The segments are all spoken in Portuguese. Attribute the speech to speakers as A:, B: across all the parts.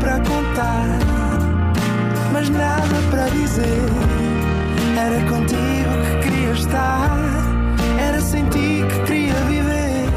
A: para contar, mas nada para dizer. Era contigo que queria estar, era sem ti que queria viver.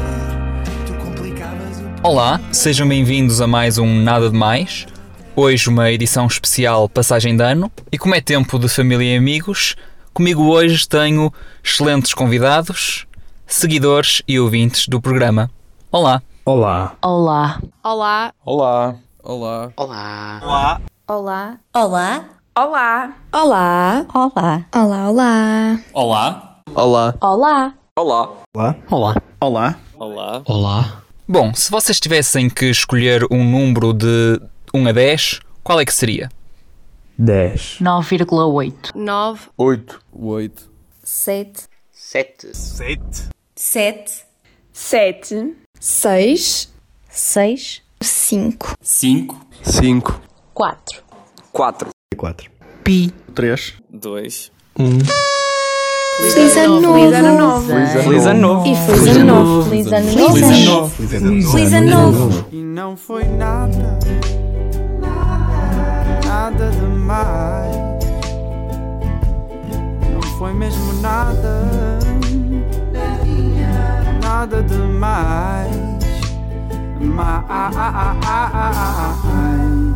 A: Tu complicavas o.
B: Olá, sejam bem-vindos a mais um Nada de Mais. Hoje uma edição especial Passagem de Ano e como é tempo de família e amigos, comigo hoje tenho excelentes convidados, seguidores e ouvintes do programa. Olá.
C: Olá.
D: Olá.
E: Olá,
F: Olá. Olá.
G: Olá,
D: Olá.
G: olá,
D: Olá. Olá.
H: Olá, olá!
B: Olá.
F: Olá.
D: Olá.
F: Olá.
C: Olá.
F: Olá.
B: Bom, se vocês tivessem que escolher um número de 1 a 10, qual é que seria?
C: 10.
D: 9,8.
E: 9,
F: Oito. Oito.
G: sete,
D: Sete.
G: sete,
H: Seis,
D: Seis.
H: cinco,
F: Cinco.
D: Quatro.
F: Quatro.
C: 4.
D: Pi.
C: Três.
F: Dois.
H: Feliz ano novo!
G: feliz ano novo.
F: Feliz ano novo.
H: E feliz ano novo! Feliz ano novo! Feliz ano novo!
I: E não foi nada, nada demais. Não foi mesmo nada, nada demais.
A: ah,
I: Mais.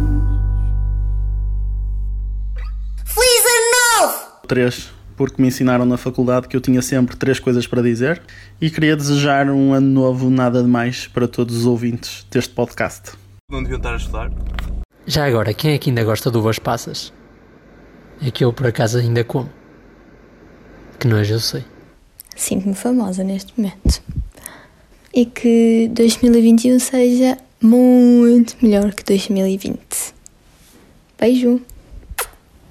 J: Três, porque me ensinaram na faculdade que eu tinha sempre três coisas para dizer e queria desejar um ano novo nada de mais para todos os ouvintes deste podcast.
F: Não deviam estar a estudar?
K: Já agora, quem é que ainda gosta de uvas passas? É que eu por acaso ainda como. Que é nojo, eu sei.
H: Sinto-me famosa neste momento. E que 2021 seja muito melhor que 2020. Beijo!